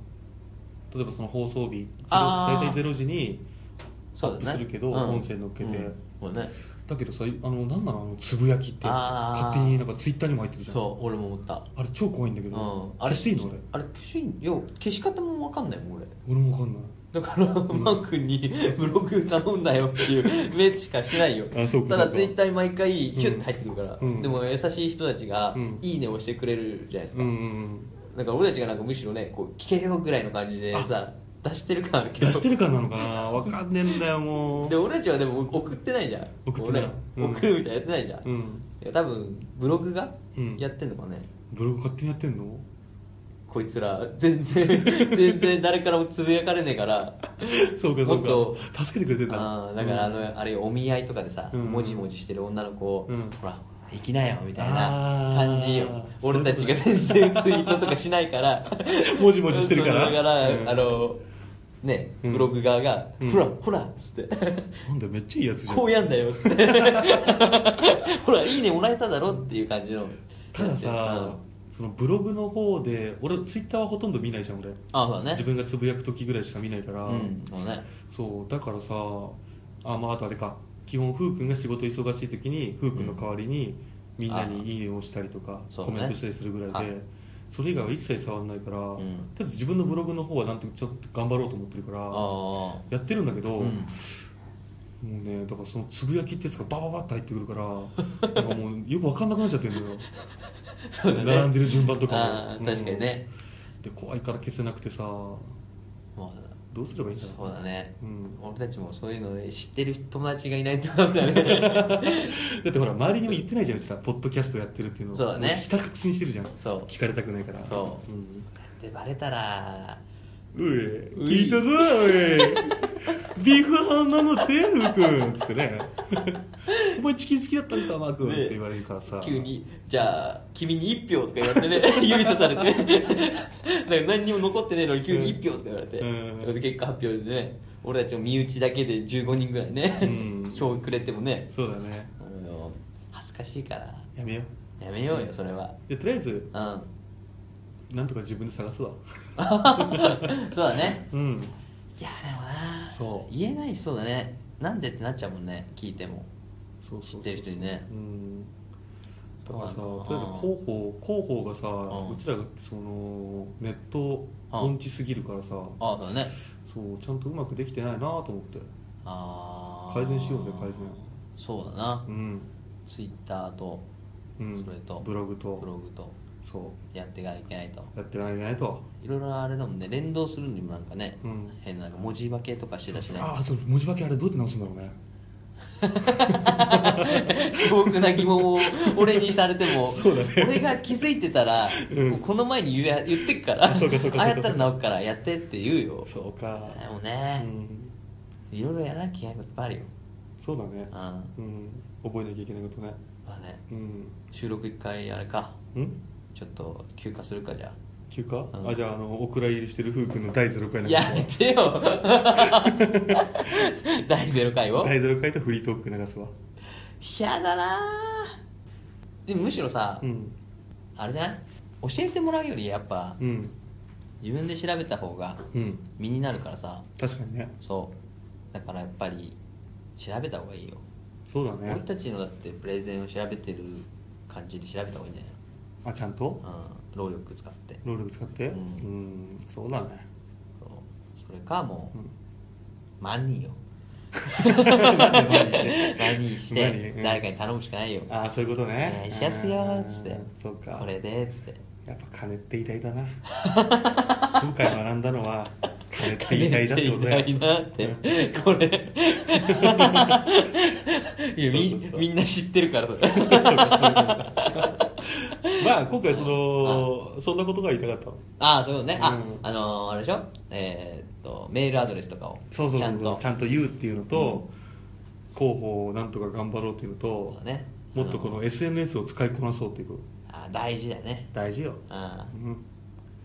Speaker 3: 例えばその放送日
Speaker 4: あー
Speaker 3: 大体0時に
Speaker 4: そうだね
Speaker 3: アップするけど音声乗っけて
Speaker 4: うんそうだね
Speaker 3: だけどさあのなんなのあのつぶやきってやつ
Speaker 4: あー
Speaker 3: 勝手になんかツイッターにも入ってるじゃん
Speaker 4: そう俺も思った
Speaker 3: あれ超怖いんだけど、
Speaker 4: うんあれ
Speaker 3: 消していいの俺
Speaker 4: あれ消しんよ消し方も分かんないもん俺
Speaker 3: 俺もわかんない
Speaker 4: だから、マー君にブログ頼んだよっていう目しかしないよ
Speaker 3: あそうか
Speaker 4: ただ
Speaker 3: そうか
Speaker 4: ツイッターに毎回ヒュッて入ってくるから、
Speaker 3: うん
Speaker 4: でも優しい人たちが
Speaker 3: うん
Speaker 4: 「いいね」をしてくれるじゃないですか、
Speaker 3: うんうん
Speaker 4: だから俺たちがなんかむしろねこう聞けよぐらいの感じでさ出してる感ある
Speaker 3: うん
Speaker 4: けど
Speaker 3: 出してるからなのかなわかんねえんだよもう
Speaker 4: で俺たちはでも送ってないじゃん
Speaker 3: 送ってない
Speaker 4: 俺
Speaker 3: うん
Speaker 4: 送るみたいなやってないじゃん、
Speaker 3: う
Speaker 4: い
Speaker 3: ん
Speaker 4: や多分ブログが
Speaker 3: うん
Speaker 4: やってんのかね、
Speaker 3: ブログ勝手にやって
Speaker 4: [LAUGHS]
Speaker 3: んの
Speaker 4: こいつら全然全然誰からもつぶやかれねえから
Speaker 3: [LAUGHS] そうか
Speaker 4: もっと
Speaker 3: そうか助けてくれてん
Speaker 4: あ
Speaker 3: だ
Speaker 4: ーだからあ
Speaker 3: うん
Speaker 4: の、あれお見合いとかでさ、
Speaker 3: うん
Speaker 4: もじもじしてる女の子を、
Speaker 3: うん
Speaker 4: ほら行きなよみたいな
Speaker 3: あー
Speaker 4: 感じよ
Speaker 3: そういう
Speaker 4: 俺
Speaker 3: こと
Speaker 4: た
Speaker 3: [LAUGHS]
Speaker 4: ちが全然ツイートとかしないから
Speaker 3: もじもじしてるから
Speaker 4: そうだから、
Speaker 3: うん
Speaker 4: あのね、
Speaker 3: うん
Speaker 4: ブログ側が、
Speaker 3: うん
Speaker 4: ほらほらっつって
Speaker 3: なんだよめっちゃいいやつじゃん
Speaker 4: こうやんだよってほらいいねもらえただろっていう感じの
Speaker 3: たださそのブログの方で俺ツイッターはほとんど見ないじゃん俺
Speaker 4: あそうだね
Speaker 3: 自分がつぶやく時ぐらいしか見ないから、
Speaker 4: うんそうね
Speaker 3: そうだからさあまああとあれか基本ふうくんが仕事忙しい時にふうくんの代わりにみんな
Speaker 4: あ
Speaker 3: に「いいね」をしたりとか、
Speaker 4: そう
Speaker 3: コ
Speaker 4: ね
Speaker 3: メントしたりするぐらいで、
Speaker 4: はい
Speaker 3: それ以外は一切触らないから、
Speaker 4: ん
Speaker 3: とりあえず自分のブログの方はなんとかちょっと頑張ろうと思ってるから
Speaker 4: ああ
Speaker 3: やってるんだけど、
Speaker 4: うん
Speaker 3: もうねだからそのつぶやきってやつがバババって入ってくるからなんかもうよく分かんなくなっちゃってるんだよ
Speaker 4: そうだね
Speaker 3: 並んでる順番とかも
Speaker 4: あー確かにね、
Speaker 3: うんで怖いから消せなくてさ
Speaker 4: も
Speaker 3: どうすればいういんだろう
Speaker 4: そうだね、
Speaker 3: うん
Speaker 4: 俺たちもそういうの知ってる友達がいないとダメだね
Speaker 3: [LAUGHS] だってほら周りにも言ってないじゃんうちらポッドキャストやってるっていうのを
Speaker 4: そうだね
Speaker 3: もひた隠しにしてるじゃん
Speaker 4: そう
Speaker 3: 聞かれたくないから、
Speaker 4: そう
Speaker 3: ん、
Speaker 4: でバレたら
Speaker 3: うえ
Speaker 4: うい
Speaker 3: 聞いたぞおい [LAUGHS] ビーフ派なのってふうくんつってね [LAUGHS] お前チキン好きだったんかマー君っ
Speaker 4: ね
Speaker 3: て言われるからさ
Speaker 4: 急に「じゃあ君に1票」とか言われて
Speaker 3: [LAUGHS]
Speaker 4: ね指さされてねだから何にも残ってねえのに急に1票とか言われて、
Speaker 3: うん
Speaker 4: それで結果発表でね俺たちも身内だけで15人ぐらいね、
Speaker 3: うん
Speaker 4: 票くれてもね
Speaker 3: そうだね
Speaker 4: うん恥ずかしいから
Speaker 3: やめよう
Speaker 4: やめようよそれは
Speaker 3: でとりあえず
Speaker 4: うん
Speaker 3: [LAUGHS] なんとか自分で探すわ
Speaker 4: そうだね
Speaker 3: うん
Speaker 4: いやでもな
Speaker 3: そう
Speaker 4: 言えないしそうだねなんでってなっちゃうもんね聞いても
Speaker 3: そう
Speaker 4: 知
Speaker 3: そう
Speaker 4: ってる人にね
Speaker 3: うんだからさ
Speaker 4: そう
Speaker 3: と
Speaker 4: なんだ
Speaker 3: りあえず広報広報がさ
Speaker 4: うん
Speaker 3: うちらがそのネットを音痴すぎるからさ
Speaker 4: ああそうだね
Speaker 3: そうちゃんとうまくできてないなと思って
Speaker 4: ああ
Speaker 3: 改善しようぜ改善
Speaker 4: そうだな、
Speaker 3: うん、
Speaker 4: ツイッターと
Speaker 3: うん、
Speaker 4: それと
Speaker 3: ブログと
Speaker 4: ブログと
Speaker 3: そ
Speaker 4: やっていかなきゃいけないと
Speaker 3: うやってないないと
Speaker 4: いろいろあれだもんね連動するにもなんかね、
Speaker 3: うん
Speaker 4: 変ななんか文字化けとかしてたしね
Speaker 3: ああそう文字化けあれどうやって直すんだろうね
Speaker 4: 素朴な疑問を俺にされても
Speaker 3: [LAUGHS] そうだね
Speaker 4: 俺が気づいてたら、
Speaker 3: うん
Speaker 4: もうこの前に言え言ってくから
Speaker 3: あそうかそうかそう
Speaker 4: あ
Speaker 3: か
Speaker 4: あやったら直るからやってって言うよ
Speaker 3: そうか
Speaker 4: でも
Speaker 3: う
Speaker 4: ね、
Speaker 3: ん
Speaker 4: いろいろやらなきゃいけないこといっぱいあるよ
Speaker 3: そうだね
Speaker 4: うんま
Speaker 3: うん覚えなきゃいけないことね
Speaker 4: あね
Speaker 3: うん
Speaker 4: 収録一回あれか
Speaker 3: うん
Speaker 4: ちょっと休暇するかじゃ
Speaker 3: 休暇、
Speaker 4: うん
Speaker 3: あじゃああのお蔵入りしてる風君の第0回
Speaker 4: あ
Speaker 3: の
Speaker 4: やめてよ第0回を
Speaker 3: 第0回とフリートーク流すわ
Speaker 4: 嫌だなぁでもむしろさ、
Speaker 3: うん
Speaker 4: あれじゃない教えてもらうよりやっぱ
Speaker 3: うん
Speaker 4: 自分で調べた方が
Speaker 3: うん
Speaker 4: 身になるからさ
Speaker 3: 確かにね
Speaker 4: そうだからやっぱり調べた方がいいよ、
Speaker 3: そうだ
Speaker 4: 俺
Speaker 3: ね
Speaker 4: たちのだってプレゼンを調べてる感じで調べた方がいいんじゃ
Speaker 3: あちゃんと
Speaker 4: ないうん労力使って
Speaker 3: 労力使ってう
Speaker 4: うんん、
Speaker 3: そうだね
Speaker 4: そうそれかもう、
Speaker 3: うん
Speaker 4: マニーよマニーし
Speaker 3: マ
Speaker 4: て
Speaker 3: ニーうん
Speaker 4: 誰かに頼むしかないよ
Speaker 3: ああそういうこと
Speaker 4: お
Speaker 3: ね
Speaker 4: 願いしますよ
Speaker 3: あー
Speaker 4: つって
Speaker 3: そうか
Speaker 4: これでつって
Speaker 3: やっぱ金って偉大だ
Speaker 4: [LAUGHS]
Speaker 3: な今回学んだのは金って偉大だってことだよ
Speaker 4: 偉大だってこ
Speaker 3: [LAUGHS]
Speaker 4: れいやみ
Speaker 3: そうそうそう
Speaker 4: みんな知ってるからそれ
Speaker 3: まあ今回そのそんなことが言いたかったの
Speaker 4: ああそういうことねあ、
Speaker 3: うん
Speaker 4: あのーあれでしょえーっとメールアドレスとかを
Speaker 3: そうそうそう
Speaker 4: ちゃん
Speaker 3: そう
Speaker 4: と
Speaker 3: ちゃんと言うっていうのと、広報をなんとか頑張ろうっていうの
Speaker 4: そう
Speaker 3: と
Speaker 4: だね
Speaker 3: もっとこの SNS を使いこなそうっていうこと
Speaker 4: あー大事だね
Speaker 3: 大事よ
Speaker 4: あ
Speaker 3: うん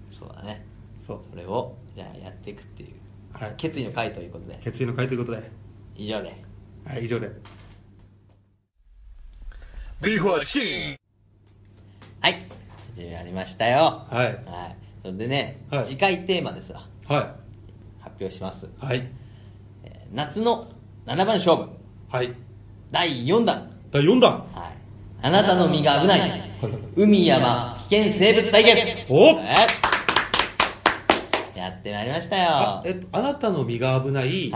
Speaker 4: そうだね
Speaker 3: そう
Speaker 4: それをじゃあやっていくっていう
Speaker 3: はい
Speaker 4: 決意の会ということで
Speaker 3: 決意の会ということで
Speaker 4: 以上で
Speaker 3: はい以上で
Speaker 1: ビーフはチキン
Speaker 4: はい始まりましたよ
Speaker 3: はい
Speaker 4: はいそれでね、
Speaker 3: はい
Speaker 4: 次回テーマですわ
Speaker 3: は
Speaker 4: 発表します、
Speaker 3: いはい
Speaker 4: えー夏の7番勝負
Speaker 3: はい
Speaker 4: 第4弾
Speaker 3: 第4弾
Speaker 4: はい。あなたの身が危
Speaker 3: [LAUGHS]
Speaker 4: ない。海山危険生物対決。
Speaker 3: お
Speaker 4: えやってまいりましたよ。
Speaker 3: あ
Speaker 4: は
Speaker 3: えっと、あなたの身が危ない、
Speaker 4: い。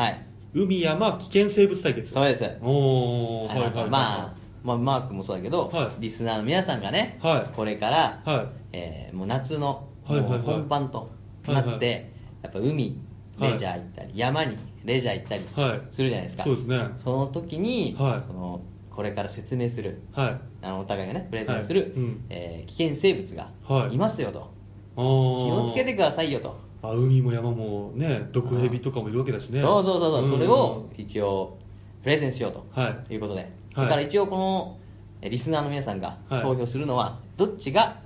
Speaker 3: 海山危険生物対決
Speaker 4: そうです。
Speaker 3: おお
Speaker 4: あ
Speaker 3: はいはい
Speaker 4: の
Speaker 3: はい
Speaker 4: まあ、まあ、マークもそうだけど、
Speaker 3: はい
Speaker 4: リスナーの皆さんがね、
Speaker 3: はい
Speaker 4: これから、
Speaker 3: は
Speaker 4: えーもう夏の、
Speaker 3: はいはいはい
Speaker 4: もう本番となって、
Speaker 3: はいはい
Speaker 4: やっぱ海、レジャー行ったり、山にレジャー行ったり
Speaker 3: はい
Speaker 4: するじゃないですか。
Speaker 3: そうですね
Speaker 4: その時に、
Speaker 3: はい
Speaker 4: そのこれから説明する、
Speaker 3: はい
Speaker 4: あのお互いがねプレゼンする、
Speaker 3: はいうん
Speaker 4: えー危険生物
Speaker 3: は
Speaker 4: が
Speaker 3: い
Speaker 4: いますよと、気
Speaker 3: おー
Speaker 4: をつけてくださいよと、
Speaker 3: あ海も山もね毒蛇とかもいるわけだしね
Speaker 4: そうそうそうそう、
Speaker 3: ん
Speaker 4: それを一応プレゼンしようと、、
Speaker 3: はい
Speaker 4: うことで、だから一応このえーリスナーの皆さんが
Speaker 3: はい
Speaker 4: 投票するのはどっちが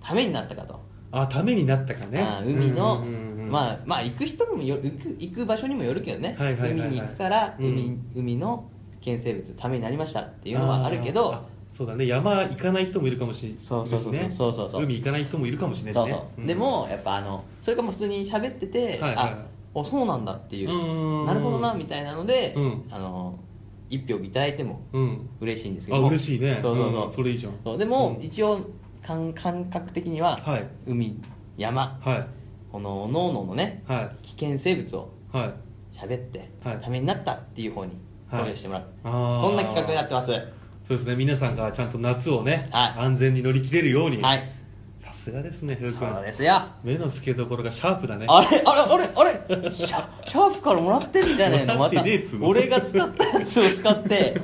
Speaker 4: ためになったかと、
Speaker 3: あためになったかね
Speaker 4: あー海の
Speaker 3: うんうんうんうん
Speaker 4: まあまあ行く人にもよ行く行く場所にもよるけどね
Speaker 3: はいはいはいはい
Speaker 4: 海に行くから
Speaker 3: うん
Speaker 4: 海,、海の県生物ためになりましたっていうのはあるけど
Speaker 3: あーあそうだね山行かない人もいるかもしれない
Speaker 4: そうそうそう
Speaker 3: ですね
Speaker 4: そうそうそう
Speaker 3: 海行かない人もいるかもしれな
Speaker 4: そ
Speaker 3: いうしね
Speaker 4: そううんでもやっぱあのそれかも普通に喋ってて、
Speaker 3: はいはい
Speaker 4: あおそうなんだっていう
Speaker 3: うん
Speaker 4: なるほどなみたいなので、
Speaker 3: うん
Speaker 4: あの一票いただいても
Speaker 3: うん
Speaker 4: 嬉しいんですけ
Speaker 3: あ
Speaker 4: ど
Speaker 3: 嬉しいね
Speaker 4: そうそうそう,、
Speaker 3: んそれいいじゃん
Speaker 4: そうでも、
Speaker 3: うん
Speaker 4: 一応感感覚的には、
Speaker 3: はい
Speaker 4: 海山
Speaker 3: はい
Speaker 4: このおのおののね
Speaker 3: はい
Speaker 4: 危険生物を
Speaker 3: はい
Speaker 4: 喋って、
Speaker 3: はい
Speaker 4: ためになったっていう方に考慮してもらう、
Speaker 3: あー
Speaker 4: こんな企画になってますは
Speaker 3: そうですね皆さんがちゃんと夏をね、
Speaker 4: はい
Speaker 3: 安全に乗り切れるように、
Speaker 4: い
Speaker 3: さすがですねふうく
Speaker 4: そうんですよ
Speaker 3: 目の付けどころがシャープだね
Speaker 4: あれあれあれあれシャシャープからもらってんじゃねえの
Speaker 3: もら
Speaker 4: ま
Speaker 3: って
Speaker 4: た
Speaker 3: ねえっつうの
Speaker 4: 俺が使ったやつを使
Speaker 3: [LAUGHS]
Speaker 4: って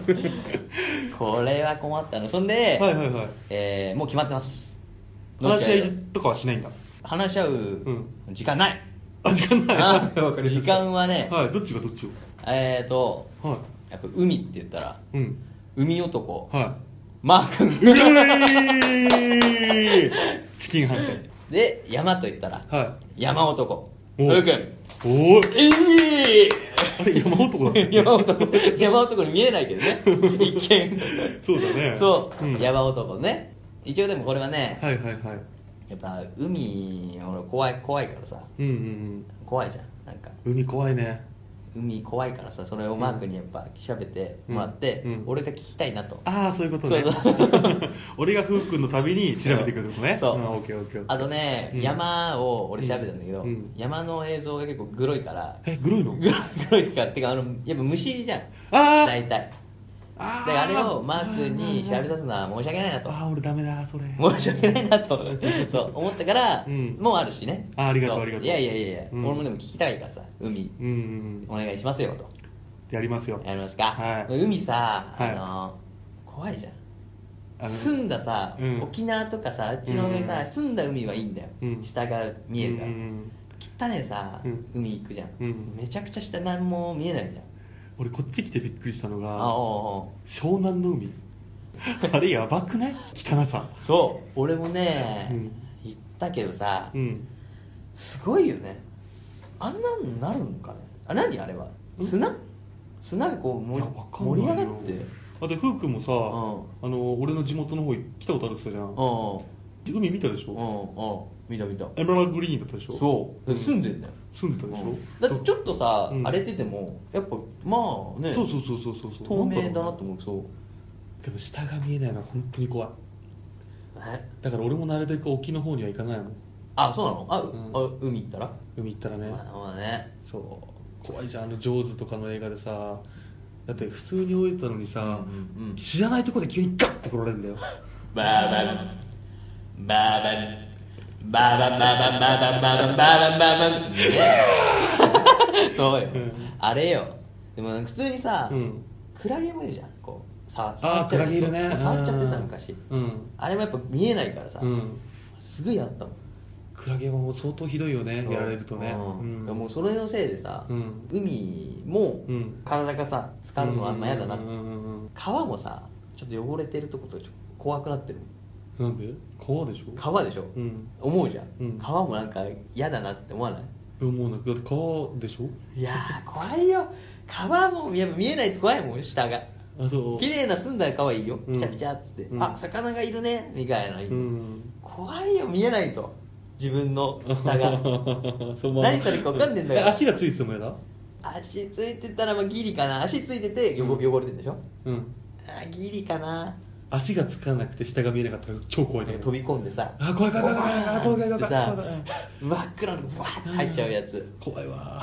Speaker 4: これは困ったのそんで、
Speaker 3: はいはいはい
Speaker 4: えーもう決まってます
Speaker 3: 話し合いとかはしないんだ
Speaker 4: 話し合う時間ない、
Speaker 3: あ時間ない
Speaker 4: あ
Speaker 3: [LAUGHS] わかりました
Speaker 4: 時間はね
Speaker 3: はいどっちがどっちを
Speaker 4: えっ、ー、と
Speaker 3: は
Speaker 4: やっぱ海って言ったら
Speaker 3: いうん
Speaker 4: 海男
Speaker 3: は
Speaker 4: マー [LAUGHS]
Speaker 3: いう
Speaker 4: 君
Speaker 3: [LAUGHS] えいチキン反戦
Speaker 4: で山と言ったら
Speaker 3: は
Speaker 4: 山男
Speaker 3: お
Speaker 4: ふうくん
Speaker 3: いおお
Speaker 4: えい
Speaker 3: あれ山男だったっけ
Speaker 4: [LAUGHS] 山男山男に見えないけど
Speaker 3: [LAUGHS]
Speaker 4: ね一見
Speaker 3: そうだね
Speaker 4: そう、
Speaker 3: ん
Speaker 4: 山男ね一応でもこれはね、
Speaker 3: はいはいはい
Speaker 4: やっぱ海俺怖い怖いからさ
Speaker 3: うんうん
Speaker 4: 怖いじゃんなんか
Speaker 3: うん海怖いね
Speaker 4: 海怖いからさそれをマークにやっぱ喋ってもらって、
Speaker 3: うんうん
Speaker 4: 俺が聞きたいなと、
Speaker 3: ああそういうことね
Speaker 4: そうそ
Speaker 3: [LAUGHS] 俺がふうくんのたびに調べてくるのね
Speaker 4: そう
Speaker 3: うんオッケーオッケーオッケー
Speaker 4: あとね、
Speaker 3: うん
Speaker 4: 山を俺調べたんだけど、
Speaker 3: うん
Speaker 4: 山の映像が結構グロいから
Speaker 3: えグロいの
Speaker 4: グロいグロいからってかあのやっぱ虫じゃん
Speaker 3: あー
Speaker 4: 大体だ
Speaker 3: あ
Speaker 4: からあれをマークに調べさすのは申し訳ないな
Speaker 3: あ
Speaker 4: と
Speaker 3: ー俺ダメだそれ
Speaker 4: 申し訳ないな
Speaker 3: [LAUGHS]
Speaker 4: とそう思ったから、
Speaker 3: うん
Speaker 4: もうあるしね
Speaker 3: あありがとう
Speaker 4: そ
Speaker 3: ありがとう
Speaker 4: いやいやいやいや、
Speaker 3: うん
Speaker 4: 俺もでも聞きたいからさ海
Speaker 3: うんうん
Speaker 4: お願いしますよと
Speaker 3: やりますよ
Speaker 4: やりますか、
Speaker 3: はい
Speaker 4: 海さ
Speaker 3: はい
Speaker 4: あの、怖いじゃん
Speaker 3: あの
Speaker 4: 澄んださ、
Speaker 3: うん
Speaker 4: 沖縄とかさあっちの上さ、
Speaker 3: うん
Speaker 4: 澄んだ海はいいんだよ、
Speaker 3: うん
Speaker 4: 下が見えるから、
Speaker 3: うんうんうん
Speaker 4: 汚ねえさ、
Speaker 3: うん
Speaker 4: 海行くじゃん、
Speaker 3: うん
Speaker 4: めちゃくちゃ下何も見えないじゃん
Speaker 3: 俺こっち来てびっくりしたの
Speaker 4: ああ
Speaker 3: が
Speaker 4: おうお
Speaker 3: 湘南
Speaker 4: [LAUGHS]
Speaker 3: の海あれやばくない汚さ
Speaker 4: うそう俺もね、
Speaker 3: うん
Speaker 4: 行ったけどさ、
Speaker 3: うん
Speaker 4: すごいよねあんなんになるんかねあ何あれは砂砂がこう
Speaker 3: い
Speaker 4: 盛
Speaker 3: や
Speaker 4: り
Speaker 3: わかん
Speaker 4: 盛り
Speaker 3: な
Speaker 4: 上
Speaker 3: いよ
Speaker 4: がって
Speaker 3: あでふうくんもさ、
Speaker 4: う
Speaker 3: あの俺の地元の方行来たことあるって言ってたじゃん
Speaker 4: う
Speaker 3: で海見たでし
Speaker 4: んう
Speaker 3: ょ
Speaker 4: んうんうん見た見た
Speaker 3: エメラルドグリーンだったでしょ
Speaker 4: そう住んでんだよ
Speaker 3: 住んでたでしょ、
Speaker 4: だってちょっとさ、
Speaker 3: うん
Speaker 4: 荒れててもやっぱまあね
Speaker 3: そうそうそうそうそうそう
Speaker 4: 透明だなと
Speaker 3: う
Speaker 4: 思うそ
Speaker 3: でも下が見えないのは本当に怖いう
Speaker 4: え
Speaker 3: だから俺もなるべく沖の方には行かないもん
Speaker 4: あそうなのあ,、
Speaker 3: うん
Speaker 4: あ海行ったら
Speaker 3: 海行ったらね
Speaker 4: あまあね
Speaker 3: そう怖いじゃんあの「ジョーズ」とかの映画でさだって普通に泳いでたのにさ、
Speaker 4: うんうん
Speaker 3: 知らないとこで急にガッて来られるんだよ
Speaker 4: バーバンバーバンバーバンバーバンバーバンバーバンバーバンバーバンねえ [LAUGHS] そうよ、
Speaker 3: うん
Speaker 4: あれよでもなんか普通にさ、
Speaker 3: うん
Speaker 4: クラゲもいるじゃんこうさ
Speaker 3: ああクラゲいるね
Speaker 4: そう触っちゃってさ
Speaker 3: うん
Speaker 4: 昔
Speaker 3: うん
Speaker 4: あれもやっぱ見えないからさ、
Speaker 3: うん
Speaker 4: すぐやったもん
Speaker 3: クラゲはもう相当ひどいよねやられるとね
Speaker 4: うん
Speaker 3: うん
Speaker 4: もうそれのせいでさ、
Speaker 3: うん
Speaker 4: 海も
Speaker 3: うん
Speaker 4: 体がさ使うのはあんま嫌だな、
Speaker 3: うんうんうんうん
Speaker 4: 川もさちょっと汚れてるとことかちょっと怖くなってる
Speaker 3: なんで川でしょ
Speaker 4: 川でしょ、
Speaker 3: うん
Speaker 4: 思うじゃん、
Speaker 3: うん
Speaker 4: 川もなんか嫌だなって思わない
Speaker 3: 思うなだって川でしょ
Speaker 4: いやー怖いよ川もやっぱ見えないと怖いもん下が
Speaker 3: あそう
Speaker 4: 綺麗な澄んだ川いいよ
Speaker 3: うん
Speaker 4: ピチャピチャっつって、
Speaker 3: うん
Speaker 4: あ魚がいるねみたいな、
Speaker 3: うん
Speaker 4: 怖いよ見えないと自分の下が
Speaker 3: [LAUGHS] そう
Speaker 4: 何されるか分かんねえんだよ
Speaker 3: え足がついててもやだ
Speaker 4: 足ついてたらまあギリかな足ついてて汚汚れてるでしょ、
Speaker 3: うん
Speaker 4: あギリかな
Speaker 3: 足がつかなくて下が見えなかったら超怖いだ
Speaker 4: 飛び込んで
Speaker 3: [LAUGHS]
Speaker 4: さ
Speaker 3: あ怖い怖い怖い怖いあ怖い怖い怖い
Speaker 4: ってさ
Speaker 3: 怖い怖い
Speaker 4: 真っ暗のブワーって入っちゃうやつ
Speaker 3: 怖いわ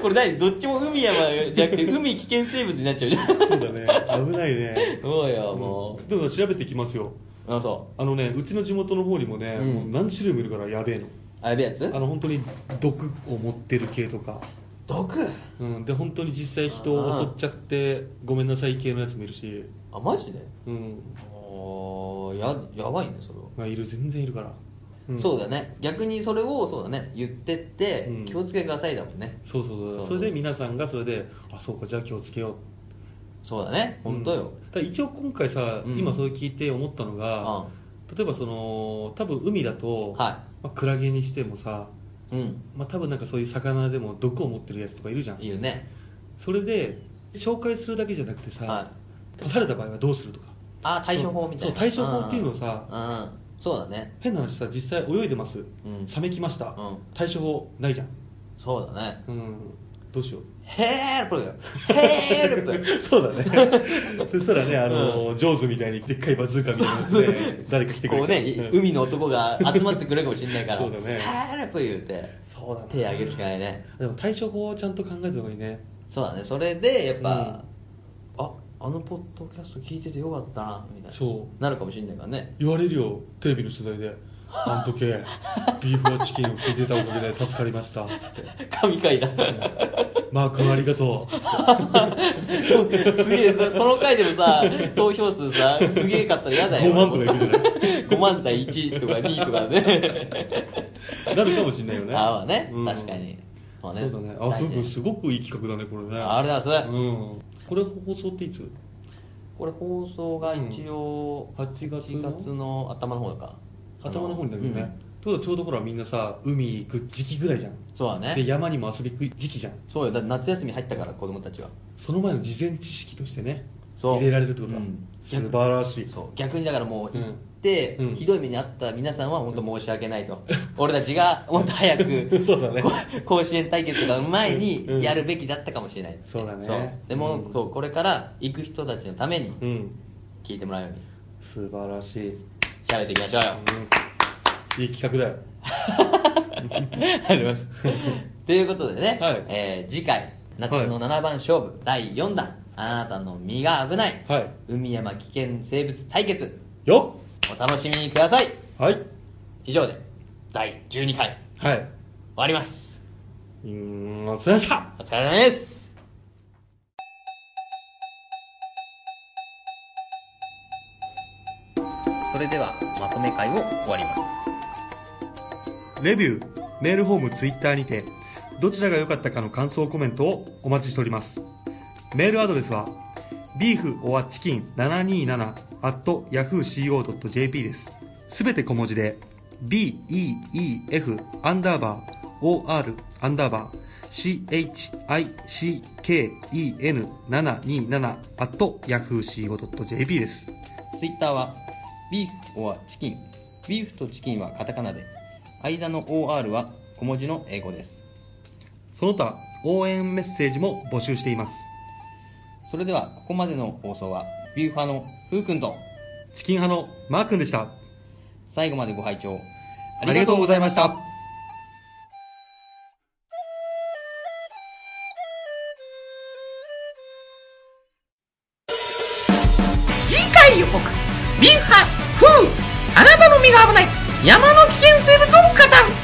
Speaker 4: これ何どっちも海山じゃなくて海危険生物になっちゃうじゃん
Speaker 3: そうだね危ないね
Speaker 4: そうよも
Speaker 3: でも調べてきますよ
Speaker 4: うあそ
Speaker 3: あのねうちの地元の方にもね、
Speaker 4: うん
Speaker 3: もう何種類もいるからやべえの
Speaker 4: うあやべえやつ
Speaker 3: あの本当に毒を持ってる系とか、
Speaker 4: 毒
Speaker 3: うん、で本当に実際人を襲っちゃってごめんなさい系のやつもいるし、
Speaker 4: あマジで
Speaker 3: うん
Speaker 4: おややばいねそれは、
Speaker 3: まあ、いる全然いるから、うん
Speaker 4: そうだね逆にそれをそうだね言ってって、
Speaker 3: うん
Speaker 4: 気をつけてくださいだもんね
Speaker 3: そうそうそう
Speaker 4: そう
Speaker 3: それで皆さんがそれであそうかじゃあ気をつけよう
Speaker 4: そうだね本当よ、
Speaker 3: うん、ただ一応今回さ、
Speaker 4: うん
Speaker 3: 今それ聞いて思ったのが、例えばその多分海だと、
Speaker 4: は
Speaker 3: まあ、クラゲにしてもさ、
Speaker 4: いうん
Speaker 3: まあ、多分なんかそういう魚でも毒を持ってるやつとかいるじゃん
Speaker 4: いいよね
Speaker 3: それで紹介するだけじゃなくてさ、
Speaker 4: は
Speaker 3: 刺された場合はどうするとか
Speaker 4: あ対処法みたいな
Speaker 3: そう対処法っていうのをさ
Speaker 4: うんうんそうだね
Speaker 3: 変な話さ実際泳いでます、
Speaker 4: うん
Speaker 3: サメ来ました、
Speaker 4: ん
Speaker 3: 対処法ないじゃん
Speaker 4: そうだね
Speaker 3: うんどうしよう
Speaker 4: ヘルプヘルプ
Speaker 3: そうだね
Speaker 4: [LAUGHS]
Speaker 3: そしたらねあの、ジョーズみたいにでっかいバズーカみたいなやつで誰か来てくれ
Speaker 4: こうね
Speaker 3: うん
Speaker 4: 海の男が集まってくれるかもしれないから
Speaker 3: そうだね
Speaker 4: ヘルプ言うて
Speaker 3: そうだね
Speaker 4: 手あげるしかないね
Speaker 3: でも対処法をちゃんと考えた方がいいね
Speaker 4: そうだねそれでやっぱ、ああのポッドキャスト聞いててよかったなみたいな
Speaker 3: そう
Speaker 4: なるかもしれないからね [LAUGHS]
Speaker 3: 言われるよテレビの取材で「あん時ビーフはチキンを聞いてたおかげで助かりました」つって
Speaker 4: 神回だ
Speaker 3: 「マー君ありがとう」
Speaker 4: すげえその回でも
Speaker 3: [LAUGHS]
Speaker 4: さ投票数さすげえかったら嫌だよ
Speaker 3: 5万とかいくじゃない
Speaker 4: 5万対1とか2とかね
Speaker 3: なるかもしれないよね
Speaker 4: あまあね、
Speaker 3: うん
Speaker 4: 確かに、まあね、
Speaker 3: そうだねあ
Speaker 4: 大
Speaker 3: す
Speaker 4: 事
Speaker 3: ごくすごくいい企画だねこれね
Speaker 4: ああれだそれ、
Speaker 3: うんこれ放送っていつ
Speaker 4: これ放送が一応
Speaker 3: 8月の
Speaker 4: 1月の頭の方か
Speaker 3: 頭の方になるよ
Speaker 4: うん
Speaker 3: ね、ということはちょうどほらみんなさ海行く時期ぐらいじゃん
Speaker 4: そうだ
Speaker 3: で
Speaker 4: ね
Speaker 3: 山にも遊びに行く時期じゃん
Speaker 4: そうよだって夏休み入ったから子供たちは
Speaker 3: その前の事前知識としてね
Speaker 4: そう
Speaker 3: 入れられるってことだ、
Speaker 4: うん
Speaker 3: 素晴らしい
Speaker 4: そう逆にだからもう
Speaker 3: うん
Speaker 4: 行って、
Speaker 3: うん
Speaker 4: ひどい目に遭った皆さんは本当申し訳ない
Speaker 3: [LAUGHS]
Speaker 4: と、俺たちがもっと早く
Speaker 3: そうだね
Speaker 4: こ甲子園対決の前
Speaker 3: うん
Speaker 4: にやるべきだったかもしれない、
Speaker 3: そうだね
Speaker 4: でも、
Speaker 3: うん
Speaker 4: そうこれから行く人たちのために
Speaker 3: うん
Speaker 4: 聞いてもらうように
Speaker 3: 素晴らしい、うん
Speaker 4: 喋っていきましょうよ、
Speaker 3: いい企画だよ
Speaker 4: [LAUGHS] あり
Speaker 3: [LAUGHS]
Speaker 4: ます。ということでね、
Speaker 3: はい
Speaker 4: えー次回、夏の7番勝負、第4弾、あなたの身が危ない、
Speaker 3: はい
Speaker 4: 海山危険生物対決、
Speaker 3: よ
Speaker 4: お楽しみにください。
Speaker 3: っはい
Speaker 4: 以上で、第12回、
Speaker 3: はい
Speaker 4: 終わります。
Speaker 3: うーんお疲れ様でした
Speaker 4: お疲れ様です。
Speaker 2: それではまとめ会を終わります
Speaker 3: レビュー、メールフォーム、ツイッターにて、どちらが良かったかの感想コメントをお待ちしております。メールアドレスは、beeforchicken727-yahooco.jp です。すべて小文字で、beef アンダーバー or アンダーバー chicken727-yahooco.jp です。
Speaker 2: ツイッターは、ビーフ or チキン。ビーフとチキンはカタカナで、間の OR は小文字の英語です。
Speaker 3: その他、応援メッセージも募集しています。
Speaker 2: それでは、ここまでの放送は、ビューファーのふうくんと、
Speaker 3: チキン派のマー君でした。
Speaker 2: 最後までご拝聴あ
Speaker 3: あ
Speaker 2: り
Speaker 3: り
Speaker 2: がと
Speaker 3: がと
Speaker 2: うご
Speaker 3: うご
Speaker 2: ざい
Speaker 3: ざい
Speaker 2: ま
Speaker 3: ま
Speaker 2: し
Speaker 3: したた。
Speaker 5: 次回予告ビンハ風あなたの身が危ない山の危険生物を語る